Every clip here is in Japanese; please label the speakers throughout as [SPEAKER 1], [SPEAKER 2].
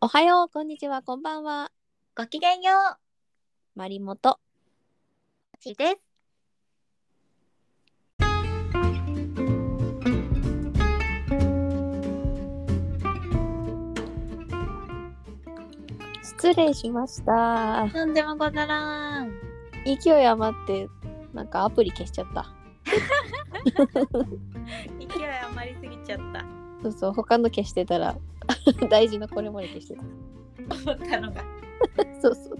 [SPEAKER 1] おはよう、こんにちは、こんばんは。
[SPEAKER 2] ごきげんよう。
[SPEAKER 1] マリモと。
[SPEAKER 2] ちです。
[SPEAKER 1] 失礼しました。
[SPEAKER 2] とんでもござらん。
[SPEAKER 1] 勢い余って、なんかアプリ消しちゃった。
[SPEAKER 2] 勢い余りすぎちゃった。
[SPEAKER 1] そうそう、他の消してたら、 大事なこれまで消してた。
[SPEAKER 2] 思ったのが。
[SPEAKER 1] そうそうそう。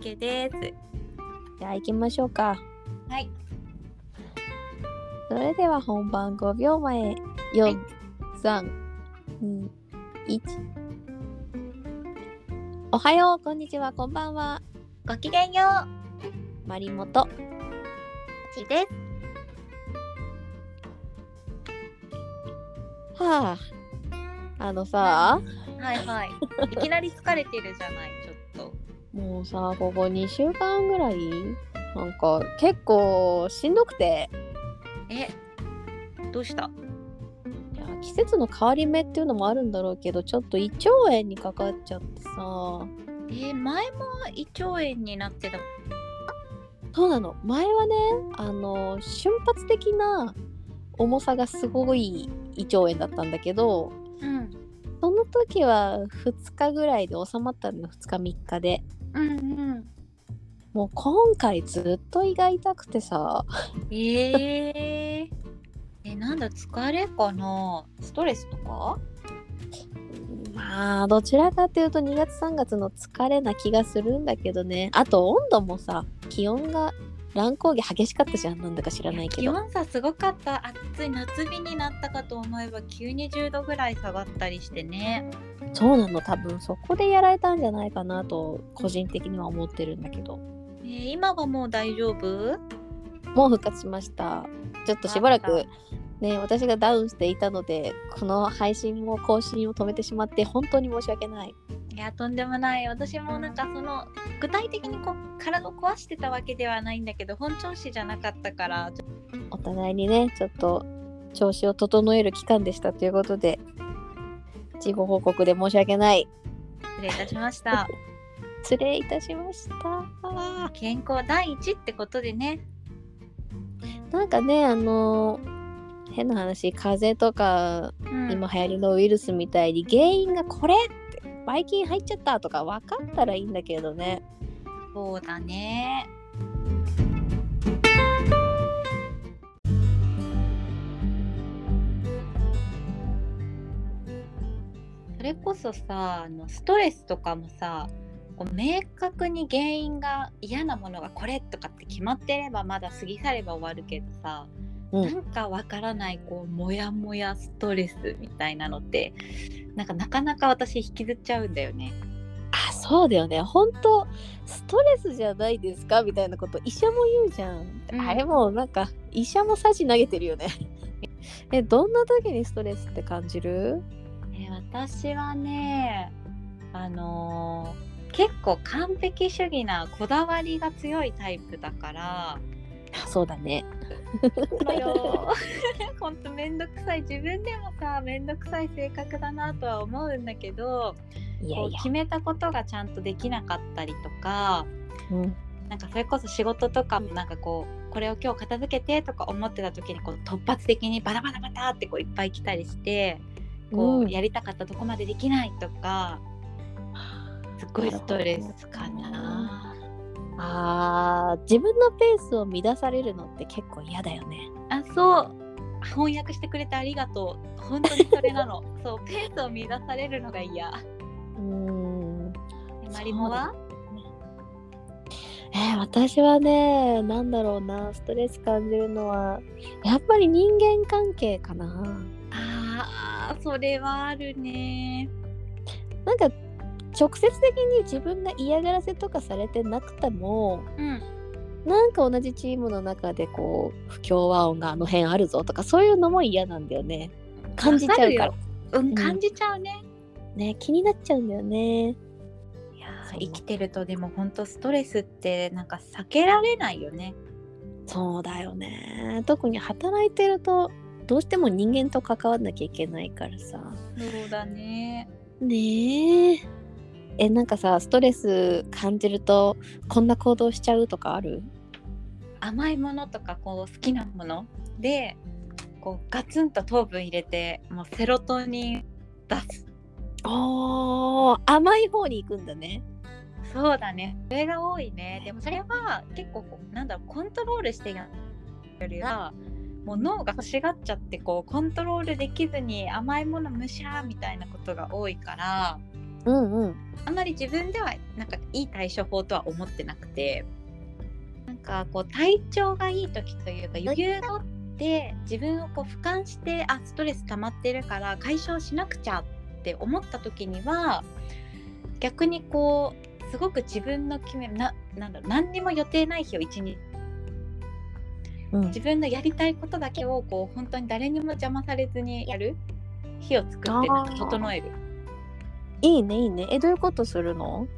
[SPEAKER 2] けです。
[SPEAKER 1] じゃあ行きましょうか。
[SPEAKER 2] はい。
[SPEAKER 1] それでは本番5秒前。
[SPEAKER 2] はい
[SPEAKER 1] 4、3、2、1。おはよう、こんにちは、こんばんは。
[SPEAKER 2] ごきげんよう。
[SPEAKER 1] マリモと。
[SPEAKER 2] ちです。
[SPEAKER 1] はあ。あのさ、
[SPEAKER 2] はいはい。いきなり疲れてるじゃない。ちょっと。
[SPEAKER 1] もうさここ2週間ぐらいなんか結構しんどくて
[SPEAKER 2] え。どうした。
[SPEAKER 1] いや季節の変わり目っていうのもあるんだろうけどちょっと胃腸炎にかかっちゃってさ
[SPEAKER 2] えー、前も胃腸炎になってた。
[SPEAKER 1] そうなの前はねあの瞬発的な重さがすごい胃腸炎だったんだけど
[SPEAKER 2] うん。
[SPEAKER 1] その時は2日ぐらいで収まったのよ2日3日で
[SPEAKER 2] うん
[SPEAKER 1] もう今回ずっと胃が痛くてさ
[SPEAKER 2] うん。えー。え、なんだ疲れかなストレスとか
[SPEAKER 1] まあどちらかというと2月3月の疲れな気がするんだけどねあと温度もさ気温が乱高下激しかったじゃんなんだか知らないけ
[SPEAKER 2] 気
[SPEAKER 1] ど
[SPEAKER 2] 温差すごかった暑い夏日になったかと思えば急に10度ぐらい下がったりしてね
[SPEAKER 1] そうなの多分そこでやられたんじゃないかなと個人的には思ってるんだけど
[SPEAKER 2] えー今はもう大丈夫
[SPEAKER 1] もう復活しましたちょっとしばら
[SPEAKER 2] あ
[SPEAKER 1] くね私がダウンしていたのでこの配信も更新を止めてしまって本当に申し訳ない
[SPEAKER 2] いやとんでもない私もなんかその具体的にこう体を壊してたわけではないんだけど本調子じゃなかったからちょ
[SPEAKER 1] お互いにねちょっと調子を整える期間でしたということで事後報告で申し訳ない
[SPEAKER 2] 失礼いたしました
[SPEAKER 1] 失礼いたしました。
[SPEAKER 2] 健康第一ってことでね
[SPEAKER 1] なんかね、あの変な話、風邪とか、
[SPEAKER 2] うん
[SPEAKER 1] 今流行りのウイルスみたいに原因がこれって、ばい菌入っちゃったとか分かったらいいんだけどね。
[SPEAKER 2] そうだねそれこそさあのストレスとかもさこう明確に原因が嫌なものがこれとかって決まってればまだ過ぎ去れば終わるけどさ、
[SPEAKER 1] うん
[SPEAKER 2] なんかわからないこうモヤモヤストレスみたいなのってなんかなかなか私引きずっちゃうんだよね。
[SPEAKER 1] あ、そうだよね。本当ストレスじゃないですかみたいなこと、医者も言うじゃん。
[SPEAKER 2] うん
[SPEAKER 1] あれもうなんか、医者もさじ投げてるよね。 え、どんな時にストレスって感じる
[SPEAKER 2] えー私はねあのー結構完璧主義なこだわりが強いタイプだか
[SPEAKER 1] あ
[SPEAKER 2] ら
[SPEAKER 1] そうだね。
[SPEAKER 2] ほんとめんどくさい自分でもさめんどくさい性格だなとは思うんだけど
[SPEAKER 1] いや
[SPEAKER 2] こ
[SPEAKER 1] いうや。
[SPEAKER 2] 決めたことがちゃんとできなかったりとか
[SPEAKER 1] うん
[SPEAKER 2] なんかそれこそ仕事とかもなんかこうこれを今日片付けてとか思ってた時にこう突発的にバタバタバタってこういっぱい来たりしてこ
[SPEAKER 1] う
[SPEAKER 2] うんやりたかったとこまでできないとか、すっごいストレスか
[SPEAKER 1] なるほ
[SPEAKER 2] な。
[SPEAKER 1] あー自分のペースを乱されるのって結構嫌だよね。
[SPEAKER 2] あそう翻訳してくれてありがとう本当にそれな のそうペースを乱されるのが嫌
[SPEAKER 1] うーん
[SPEAKER 2] えマリモは
[SPEAKER 1] えー私はねなんだろうなストレス感じるのはやっぱり人間関係かな。
[SPEAKER 2] あーそれはあるね
[SPEAKER 1] なんか直接的に自分が嫌がらせとかされてなくても
[SPEAKER 2] うん
[SPEAKER 1] なんか同じチームの中でこう不協和音があの辺あるぞとかそういうのも嫌なんだよね。感じちゃうから
[SPEAKER 2] わかるようんん感じちゃうね、
[SPEAKER 1] ね気になっちゃうんだよね。
[SPEAKER 2] いや
[SPEAKER 1] そう
[SPEAKER 2] ー生きてるとでも本当ストレスってなんか避けられないよね
[SPEAKER 1] そうだよね特に働いてるとどうしても人間と関わんなきゃいけないからさ
[SPEAKER 2] そうだね
[SPEAKER 1] ねえ。え、なんかさ、ストレス感じると、こんな行動しちゃうとかある
[SPEAKER 2] 甘いものとかこう好きなものでこうガツンと糖分入れてもうセロトニン出す
[SPEAKER 1] おー、甘い方に行くんだね。
[SPEAKER 2] そうだねそれが多いねでもそれは結構こうなんだろうコントロールしてやるよりはもう脳が欲しがっちゃってこうコントロールできずに甘いものむしゃーみたいなことが多いから
[SPEAKER 1] うんうん。
[SPEAKER 2] あんまり自分ではなんかいい対処法とは思ってなくてなんかこう体調がいい時というか余裕があって自分をこう俯瞰してあストレス溜まってるから解消しなくちゃって思った時には逆にこうすごく自分の決めななんだろう何にも予定ない日を一日
[SPEAKER 1] うん
[SPEAKER 2] 自、分のやりたいことだけをこう本当に誰にも邪魔されずにやる日を作ってなんか整える。
[SPEAKER 1] いいねいいねえどういうことするの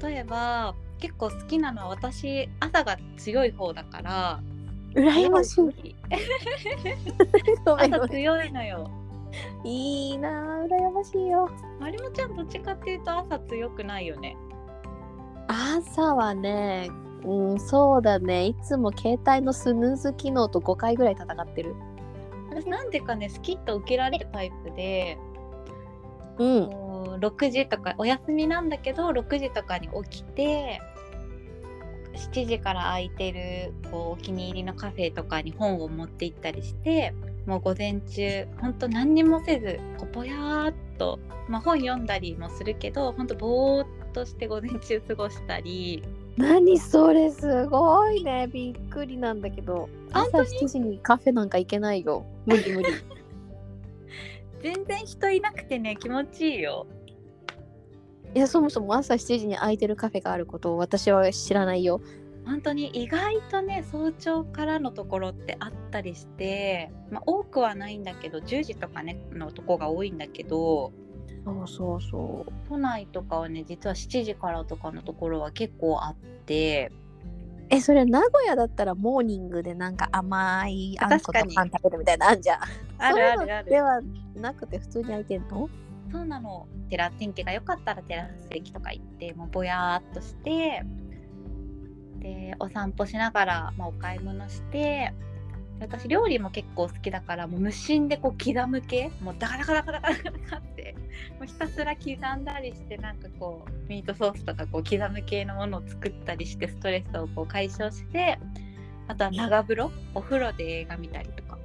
[SPEAKER 2] 例えば結構好きなのは私朝が強い方だから
[SPEAKER 1] 羨ましいごめん
[SPEAKER 2] 朝
[SPEAKER 1] ごめん
[SPEAKER 2] 強いのよ
[SPEAKER 1] いいなあ羨ましいよ
[SPEAKER 2] まりもちゃんどっちかっていうと朝強くないよね
[SPEAKER 1] 朝はねうんそうだねいつも携帯のスヌーズ機能と5回ぐらい戦ってる
[SPEAKER 2] 私なんでかねスキッと受けられるタイプで
[SPEAKER 1] うん
[SPEAKER 2] こう6時とかお休みなんだけど6時とかに起きて7時から空いてるこうお気に入りのカフェとかに本を持って行ったりしてもう午前中ほんと何にもせずこうぼやーっと、まあ、本読んだりもするけどほんとぼーっとして午前中過ごしたり
[SPEAKER 1] 何それすごいねびっくりなんだけど
[SPEAKER 2] 本
[SPEAKER 1] 朝
[SPEAKER 2] 当に
[SPEAKER 1] 7時にカフェなんか行けないよ無理無理
[SPEAKER 2] 全然人いなくてね気持ちいいよ。
[SPEAKER 1] いやそもそも朝7時に空いてるカフェがあることを私は知らないよ
[SPEAKER 2] 本当に意外とね早朝からのところってあったりして、まあ、多くはないんだけど10時とかねのとこが多いんだけど
[SPEAKER 1] そうそうそう
[SPEAKER 2] 都内とかはね実は7時からとかのところは結構あって
[SPEAKER 1] えそれ名古屋だったらモーニングでなんか甘いあんこと
[SPEAKER 2] 確かに
[SPEAKER 1] パン食べるみたいなのあんじゃん
[SPEAKER 2] あるある
[SPEAKER 1] そう
[SPEAKER 2] ある
[SPEAKER 1] いうのではなくて普通に空いてんの
[SPEAKER 2] そうなのテラ天気が良かったらテラス席とか行ってもうぼやーっとしてでお散歩しながら、まあ、お買い物してで私料理も結構好きだからもう無心でこう刻む系もうダカダカダカダカダカダカってもうひたすら刻んだりしてなんかこうミートソースとかこう刻む系のものを作ったりしてストレスをこう解消してあとは長風呂お風呂で映画見たりとか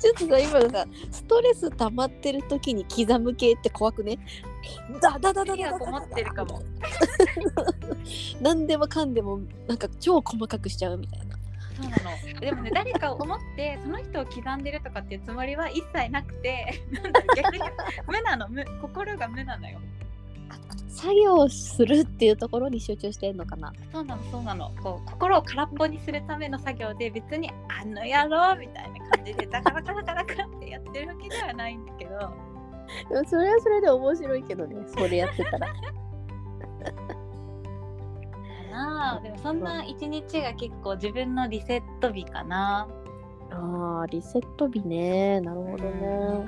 [SPEAKER 1] ちょっとさ今のさストレス溜まってる時に刻む系って怖くねダダダダダ
[SPEAKER 2] 手
[SPEAKER 1] ダ
[SPEAKER 2] が
[SPEAKER 1] ダ
[SPEAKER 2] こもってるかも。
[SPEAKER 1] 何でもかんでもなんか超細かくしちゃうみたいな
[SPEAKER 2] そうなの。でもね、誰かを思って、その人を刻んでるとかっていうつもりは一切なくて、 なんだろう逆に無なの、無、心が無なのよ。
[SPEAKER 1] 作業をするっていうところに集中してんのかな
[SPEAKER 2] そうなの、そうなの。こう、心を空っぽにするための作業で、別にあの野郎みたいな感じで、ダカダカダカダカってやってるわけではないんだけど、
[SPEAKER 1] でもそれはそれで面白いけどねそれやってたら
[SPEAKER 2] なあ、でもそんな一日が結構自分のリセット日かな。
[SPEAKER 1] あーリセット日ねなるほどね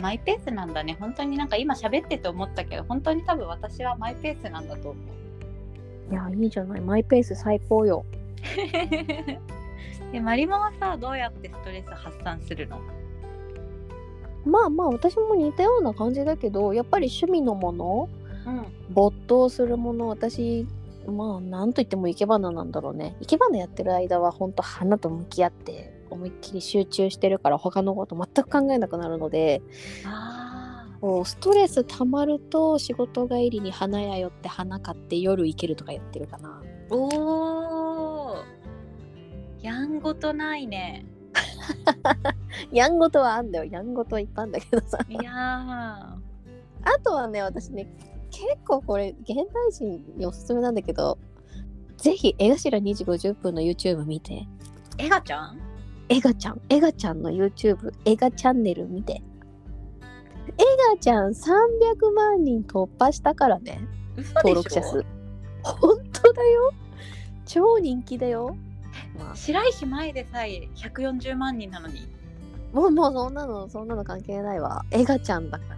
[SPEAKER 2] マイペースなんだね。本当になんか今喋ってて思ったけど、本当に多分私はマイペースなんだと思う。
[SPEAKER 1] いやいいじゃないマイペース最高よ
[SPEAKER 2] えマリモはさどうやってストレス発散するの
[SPEAKER 1] まあまあ私も似たような感じだけどやっぱり趣味のもの
[SPEAKER 2] うん
[SPEAKER 1] 没頭するもの私まあなんといっても生け花なんだろうね生け花やってる間はほんと花と向き合って思いっきり集中してるから他のこと全く考えなくなるので
[SPEAKER 2] あー
[SPEAKER 1] もうストレス溜まると仕事帰りに花屋寄って花買って夜行けるとかやってるかな
[SPEAKER 2] おーやんごとないね
[SPEAKER 1] やんごとはあんだよやんごとはいっぱいあんだけどさ
[SPEAKER 2] いや
[SPEAKER 1] あとはね私ね結構これ現代人におすすめなんだけどぜひ江頭2時50分の YouTube 見て
[SPEAKER 2] ーエガちゃん
[SPEAKER 1] エガちゃんエガちゃんの YouTube エガチャンネル見てエガちゃん300万人突破したからね
[SPEAKER 2] 嘘でしょ
[SPEAKER 1] 登録者数本当だよ超人気だよ、ま
[SPEAKER 2] 白石麻衣でさえ140万人なのに
[SPEAKER 1] あ、もうもうそんなのそんなの関係ないわエガちゃんだから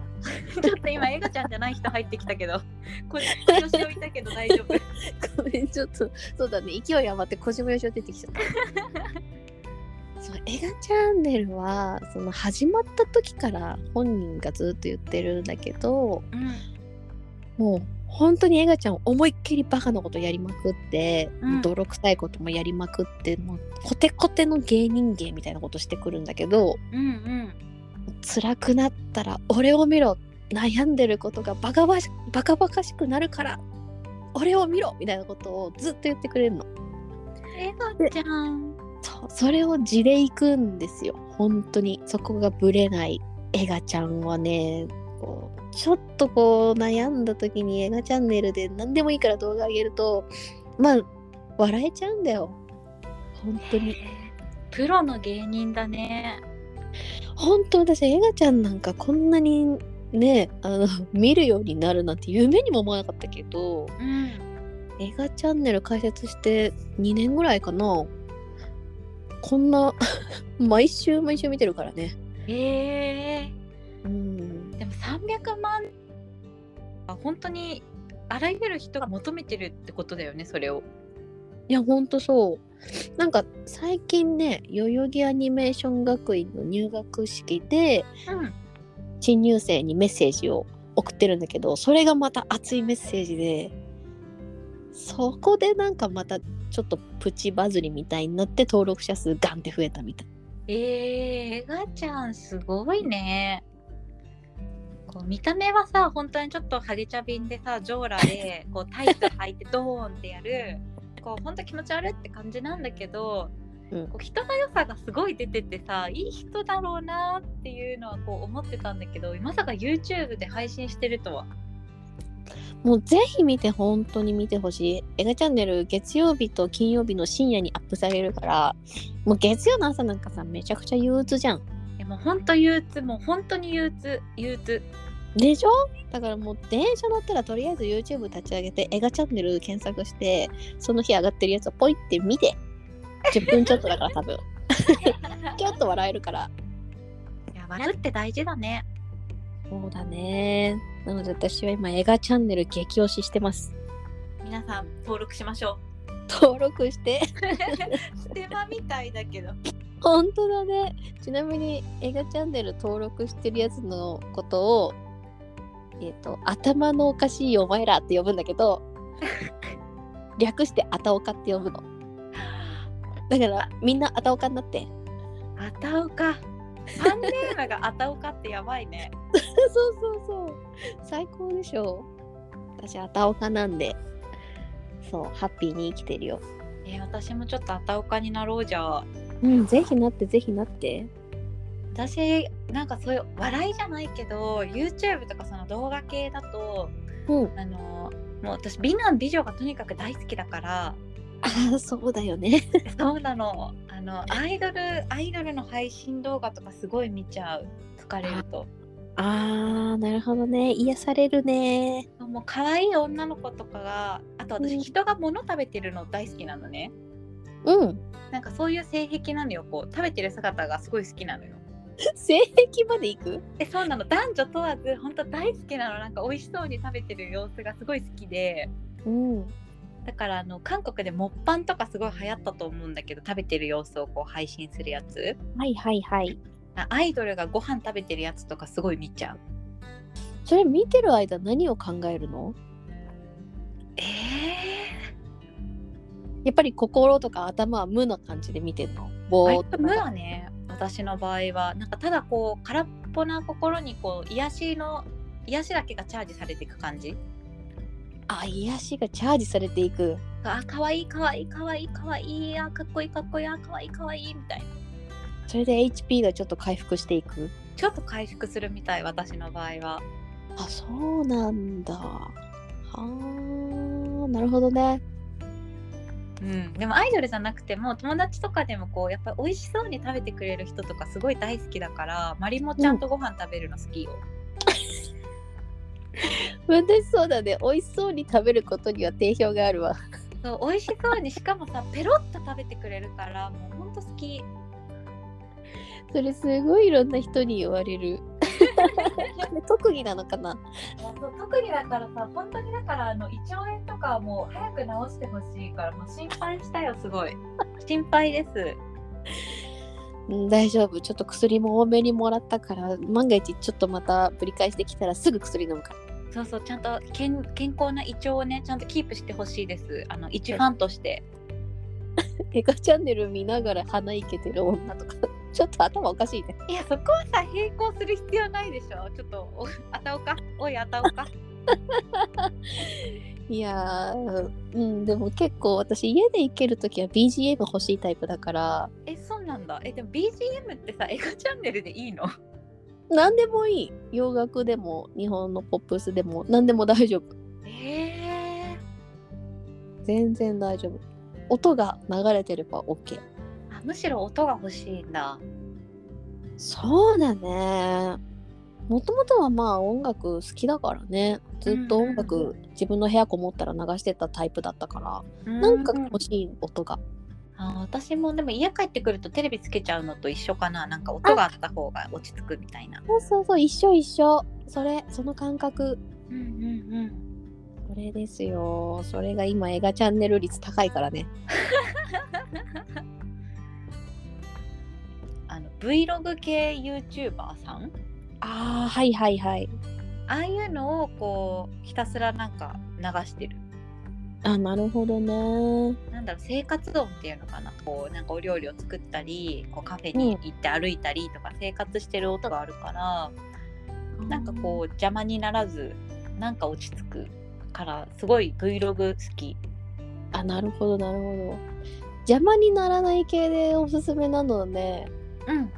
[SPEAKER 2] ちょっと今エガちゃんじゃない人入ってきたけどこれ調子をいたけど大丈夫
[SPEAKER 1] ごめんちょっとそうだね勢い余って小島よしお出てきちゃった そう映画チャンネルはその始まった時から本人がずっと言ってるんだけど
[SPEAKER 2] うん
[SPEAKER 1] もう本当にエガちゃんを思いっきりバカなことやりまくって、
[SPEAKER 2] うん
[SPEAKER 1] 泥臭いこともやりまくってもうコテコテの芸人芸みたいなことしてくるんだけど
[SPEAKER 2] うん
[SPEAKER 1] 辛くなったら俺を見ろ悩んでることがバカバシバカバカしくなるから俺を見ろみたいなことをずっと言ってくれるの。
[SPEAKER 2] うんエガちゃん
[SPEAKER 1] そうそれを地で行くんですよ本当にそこがぶれないエガちゃんはねこうちょっとこう悩んだ時にエガチャンネルで何でもいいから動画上げるとまあ笑えちゃうんだよ本当に
[SPEAKER 2] プロの芸人だね
[SPEAKER 1] 本当私エガちゃんなんかこんなにねあの見るようになるなんて夢にも思わなかったけど
[SPEAKER 2] うん
[SPEAKER 1] 映画チャンネル開設して2年ぐらいかなこんな 毎週毎週見てるからね
[SPEAKER 2] え
[SPEAKER 1] うん
[SPEAKER 2] ー、でも300万あ本当にあらゆる人が求めてるってことだよねそれを
[SPEAKER 1] いやほんとそうなんか最近ね代々木アニメーション学院の入学式で
[SPEAKER 2] うん
[SPEAKER 1] 新入生にメッセージを送ってるんだけどそれがまた熱いメッセージでそこでなんかまたちょっとプチバズりみたいになって登録者数ガンって増えたみたい
[SPEAKER 2] えー、エガちゃんすごいね。こう見た目はさ本当にちょっとハゲチャビンでさジョーラでこうタイツ履いてドーンってやるこう本当気持ち悪いって感じなんだけど、
[SPEAKER 1] うん
[SPEAKER 2] こう人の良さがすごい出ててさいい人だろうなっていうのはこう思ってたんだけどまさか YouTube で配信してるとは。
[SPEAKER 1] もうぜひ見て本当に見てほしい。映画チャンネル月曜日と金曜日の深夜にアップされるからもう月曜の朝なんかさめちゃくちゃ憂鬱じゃん。
[SPEAKER 2] でもう本当憂鬱もう本当に憂鬱憂鬱
[SPEAKER 1] でしょだからもう電車乗ったらとりあえず YouTube 立ち上げて映画チャンネル検索してその日上がってるやつをポイって見て10分ちょっとだから 多分ちょっと笑えるから
[SPEAKER 2] いや笑うって大事だね。
[SPEAKER 1] そうだねなので私は今映画チャンネル激推ししてます
[SPEAKER 2] 皆さん登録しましょう。
[SPEAKER 1] 登録して
[SPEAKER 2] ステマみたいだけど。
[SPEAKER 1] 本当だねちなみに映画チャンネル登録してるやつのことをえっ、と頭のおかしいお前らって呼ぶんだけ ど略してあたおかって呼ぶのだからみんなあたおかになって
[SPEAKER 2] あたおか。サンデーマがあたおかってやばいね。
[SPEAKER 1] そうそうそう最高でしょ私あたおかなんでそうハッピーに生きてるよ
[SPEAKER 2] えー私もちょっとあたおかになろうじゃあ。
[SPEAKER 1] うんぜひなってぜひなって
[SPEAKER 2] 私なんかそういう笑いじゃないけど YouTube とかその動画系だと
[SPEAKER 1] うん
[SPEAKER 2] あのもう私美男美女がとにかく大好きだから
[SPEAKER 1] ああそうだよね
[SPEAKER 2] そうなのあのアイドルアイドルの配信動画とかすごい見ちゃう疲れると
[SPEAKER 1] ああなるほどね癒されるね
[SPEAKER 2] もう可愛い女の子とかがあと
[SPEAKER 1] う
[SPEAKER 2] 私
[SPEAKER 1] ん
[SPEAKER 2] 人が物食べてるの大好きなのね
[SPEAKER 1] うん
[SPEAKER 2] なんかそういう性癖なのよこう食べてる姿がすごい好きなのよ
[SPEAKER 1] 性癖まで行く
[SPEAKER 2] えそうなの男女問わず本当大好きなのなんか美味しそうに食べてる様子がすごい好きで
[SPEAKER 1] うん
[SPEAKER 2] だからあの韓国でモッパンとかすごい流行ったと思うんだけど食べてる様子をこう配信するやつ
[SPEAKER 1] はいはいはい
[SPEAKER 2] あアイドルがご飯食べてるやつとかすごい見ちゃう
[SPEAKER 1] それ見てる間何を考えるの
[SPEAKER 2] え
[SPEAKER 1] やっぱり心とか頭は無な感じで見てんのぼー
[SPEAKER 2] 割
[SPEAKER 1] っ
[SPEAKER 2] と
[SPEAKER 1] と
[SPEAKER 2] 無だね私の場合はなんかただこう空っぽな心にこう癒しの癒しだけがチャージされていく感じ
[SPEAKER 1] あ癒しがチャージされていく
[SPEAKER 2] あ可愛い可愛い可愛い可愛いあかっこいいかっこいいあ可愛い可愛いみたいな
[SPEAKER 1] それで HP がちょっと回復していく
[SPEAKER 2] ちょっと回復するみたい私の場合は
[SPEAKER 1] あそうなんだはあなるほどね
[SPEAKER 2] うんでもアイドルじゃなくても友達とかでもこうやっぱり美味しそうに食べてくれる人とかすごい大好きだからまりもちゃんとご飯食べるの好きよ、
[SPEAKER 1] 私そうだね美味しそうに食べることには定評があるわ
[SPEAKER 2] そう美味しそうにしかもさペロッと食べてくれるからもうほんと好き
[SPEAKER 1] それすごいいろんな人に言われるこれ特技なのかな
[SPEAKER 2] そう特にだからさ本当にだからあの胃腸炎とかはもう早く治してほしいからもう心配したよすごい 心配です
[SPEAKER 1] うん大丈夫ちょっと薬も多めにもらったから万が一ちょっとまたぶり返してきたらすぐ薬飲むから
[SPEAKER 2] そうそうちゃんと健健康な胃腸をねちゃんとキープしてほしいですあの一ファンとして
[SPEAKER 1] エガチャンネル見ながら鼻いけてる女とか ちょっと頭おかしいね
[SPEAKER 2] いやそこはさ並行する必要ないでしょちょっとおあたおかおいあたおか
[SPEAKER 1] いやーうんでも結構私家でいける時は BGM 欲しいタイプだから
[SPEAKER 2] えそうなんだえでも BGM ってさエゴチャンネルでいいの
[SPEAKER 1] 何でもいい洋楽でも日本のポップスでも何でも大丈夫
[SPEAKER 2] えー、
[SPEAKER 1] 全然大丈夫音が流れてれば OK
[SPEAKER 2] あむしろ音が欲しいんだ
[SPEAKER 1] そうだねもともとはまあ音楽好きだからねずっと音楽、
[SPEAKER 2] うんう
[SPEAKER 1] 自分の部屋こもったら流してたタイプだったから、
[SPEAKER 2] な
[SPEAKER 1] なんか欲しい音が
[SPEAKER 2] あー私もでも家帰ってくるとテレビつけちゃうのと一緒かななんか音があった方が落ち着くみたいな
[SPEAKER 1] そうそうそう一緒一緒それその感覚
[SPEAKER 2] うんうんうん
[SPEAKER 1] これですよそれが今映画チャンネル率高いからね
[SPEAKER 2] あの Vlog 系 YouTuber さん
[SPEAKER 1] あーはいはいはい
[SPEAKER 2] ああいうのをこうひたすらなんか流してる
[SPEAKER 1] あなるほどね
[SPEAKER 2] なんだろう生活音っていうのかなこうなんかお料理を作ったりこうカフェに行って歩いたりとか生活してる音があるから、なんかこう邪魔にならずなんか落ち着くからすごい Vlog 好き
[SPEAKER 1] うあなるほどなるほど邪魔にならない系でおすすめなのはね
[SPEAKER 2] うん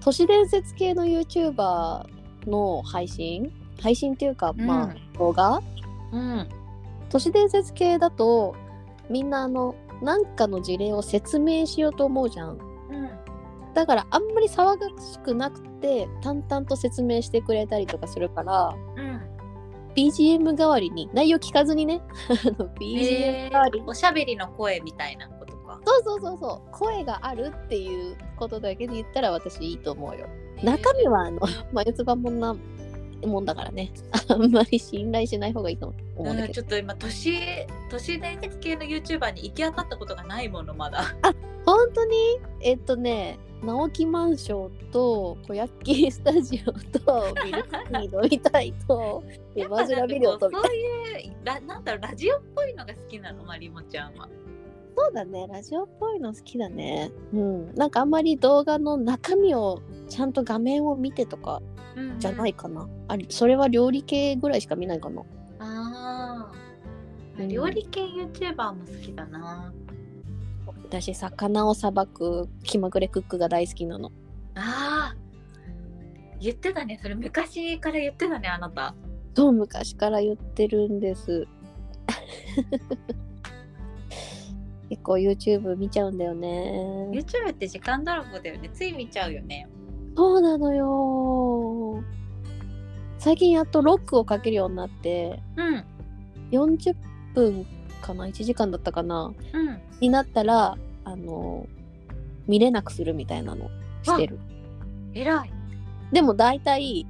[SPEAKER 1] 都市伝説系の YouTuber の配信配信っていうか、まあ、
[SPEAKER 2] うん
[SPEAKER 1] 動画
[SPEAKER 2] うん
[SPEAKER 1] 都市伝説系だとみんなあの何かの事例を説明しようと思うじゃん
[SPEAKER 2] うん
[SPEAKER 1] だからあんまり騒がしくなくて淡々と説明してくれたりとかするから
[SPEAKER 2] うん
[SPEAKER 1] BGM 代わりに内容聞かずにね あの BGM 代わりに、
[SPEAKER 2] おしゃべりの声みたいなことか
[SPEAKER 1] そうそうそうそう声があるっていうことだけで言ったら私いいと思うよ中身はあの 眉唾もんなもんだからね あんまり信頼しない方がいいと思
[SPEAKER 2] う
[SPEAKER 1] うんだ
[SPEAKER 2] ん、
[SPEAKER 1] け
[SPEAKER 2] ち
[SPEAKER 1] ど、
[SPEAKER 2] ょっと今都市都市伝説系の YouTuber に行き当たったことがないものまだ
[SPEAKER 1] 本当にえっとね直木マンションと小焼きスタジオとミルクティー飲みたいとエバジュラビデオとみたいな
[SPEAKER 2] そういうラなんだろうラジオっぽいのが好きなのまりもちゃんは
[SPEAKER 1] そうだねラジオっぽいの好きだねうんなんかあんまり動画の中身をちゃんと画面を見てとかじゃないいかな、あそれは料理系ぐらいしか見ないかな
[SPEAKER 2] あー
[SPEAKER 1] うん
[SPEAKER 2] 料理系 YouTuber も好きだな、
[SPEAKER 1] 私魚をさばく気まぐれクックが大好きなの
[SPEAKER 2] あー言ってたねそれ昔から言ってたねあなた
[SPEAKER 1] そう昔から言ってるんです結構 YouTube 見ちゃうんだよね
[SPEAKER 2] YouTube って時間泥棒だよねつい見ちゃうよね
[SPEAKER 1] そうなのよ最近やっとロックをかけるようになって
[SPEAKER 2] うん
[SPEAKER 1] 40分かな1時間だったかな
[SPEAKER 2] うん
[SPEAKER 1] になったらあの見れなくするみたいなのしてる
[SPEAKER 2] 偉い
[SPEAKER 1] でも大体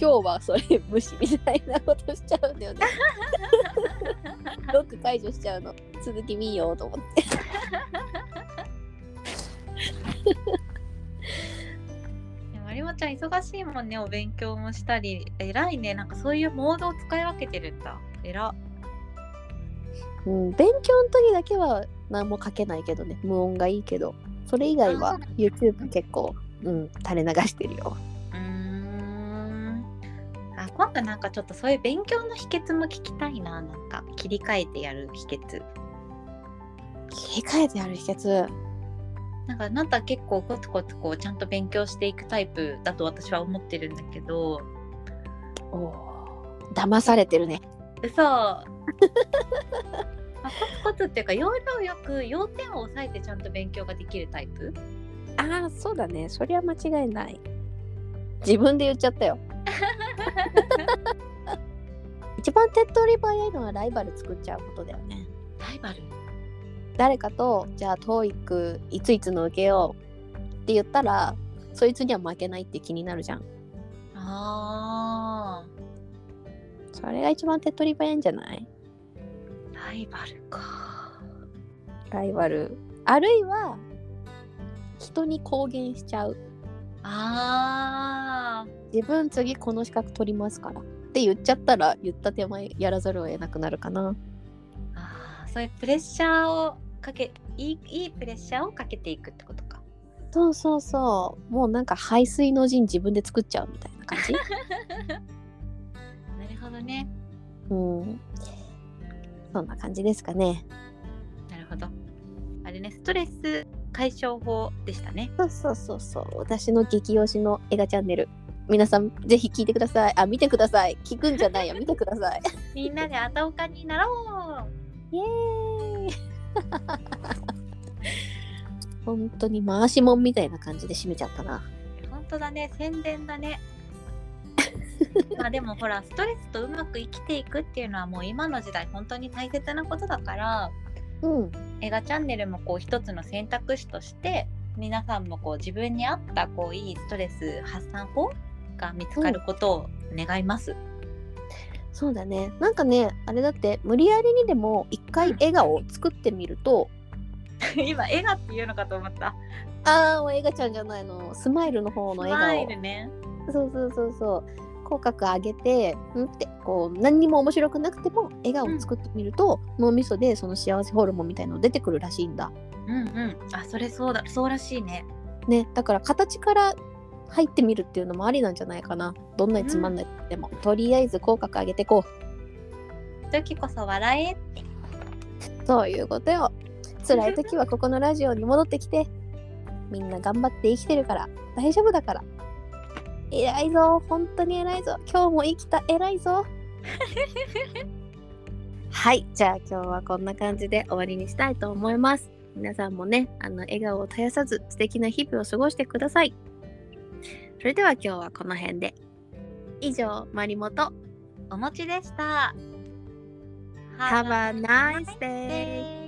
[SPEAKER 1] 今日はそれ無視みたいなことしちゃうんだよ ねロック解除しちゃうの続き見ようと思って
[SPEAKER 2] でもまりもちゃん忙しいもんねお勉強もしたり偉いねなんかそういうモードを使い分けてるんだ偉
[SPEAKER 1] うん勉強の時だけは何も書けないけどね無音がいいけどそれ以外
[SPEAKER 2] あそ
[SPEAKER 1] は
[SPEAKER 2] うなんだ
[SPEAKER 1] YouTube 結構、うん、垂れ流してるよ
[SPEAKER 2] うーんあ今度なんかちょっとそういう勉強の秘訣も聞きたいななんか切り替えてやる秘訣
[SPEAKER 1] 切り替えてやる秘訣
[SPEAKER 2] なんかあなた結構コツコツこうちゃんと勉強していくタイプだと私は思ってるんだけど
[SPEAKER 1] おー騙されてるね
[SPEAKER 2] 嘘まあコツコツっていうか要領よく要点を抑えてちゃんと勉強ができるタイプ
[SPEAKER 1] ああそうだねそりゃ間違いない自分で言っちゃったよ 一番手っ取り早いのはライバル作っちゃうことだよね
[SPEAKER 2] ライバル
[SPEAKER 1] 誰かとじゃあ TOEIC いついつの受けようって言ったらそいつには負けないって気になるじゃん
[SPEAKER 2] あ
[SPEAKER 1] それが一番手っ取り早いんじゃない
[SPEAKER 2] ーライバルか
[SPEAKER 1] ライバルあるいは人に公言しちゃう
[SPEAKER 2] あー
[SPEAKER 1] 自分次この資格取りますからって言っちゃったら言った手前やらざるを得なくなるかな
[SPEAKER 2] あーそういうプレッシャーをかけいいいいプレッシャーをかけていくってことか
[SPEAKER 1] そうそうそうもうなんか排水の陣自分で作っちゃうみたいな感じ
[SPEAKER 2] なるほどね
[SPEAKER 1] うんそんな感じですかね
[SPEAKER 2] なるほどあれねストレス解消法でしたね
[SPEAKER 1] そうそうそうそう私の激推しの映画チャンネル皆さんぜひ聞いてくださいあ見てください聞くんじゃないや見てください
[SPEAKER 2] みんなであたおかになろう
[SPEAKER 1] イエーイ本当に回しもんみたいな感じで締めちゃったな
[SPEAKER 2] 本当だね宣伝だ ねまあでもほらストレスとうまく生きていくっていうのはもう今の時代本当に大切なことだから
[SPEAKER 1] うん
[SPEAKER 2] 映画チャンネルもこう一つの選択肢として皆さんもこう自分に合ったこういいストレス発散法が見つかることを願います、
[SPEAKER 1] そうだねなんかねあれだって無理やりにでも一回笑顔を作ってみると、
[SPEAKER 2] 今映画っていうのかと思った
[SPEAKER 1] ああお映画ちゃんじゃないのスマイルの方の笑
[SPEAKER 2] スマイ
[SPEAKER 1] 顔
[SPEAKER 2] ルね
[SPEAKER 1] そうそうそうそう口角上げてんってこう何にも面白くなくても笑顔を作ってみると、脳みそでその幸せホルモンみたいの出てくるらしいんだ
[SPEAKER 2] うんうんあそれそうだそうらしいね
[SPEAKER 1] ねだから形から入ってみるっていうのもありなんじゃないかなどんなにつまんないでも、とりあえず口角上げてこ
[SPEAKER 2] 時こそ笑え
[SPEAKER 1] うそういうことよ辛い時はここのラジオに戻ってきてみんな頑張って生きてるから大丈夫だから偉いぞ本当に偉いぞ今日も生きた偉いぞ はいじゃあ今日はこんな感じで終わりにしたいと思います皆さんもねあの笑顔を絶やさず素敵な日々を過ごしてくださいそれでは今日はこの辺で以上マリモと
[SPEAKER 2] お餅でした
[SPEAKER 1] Have a nice day!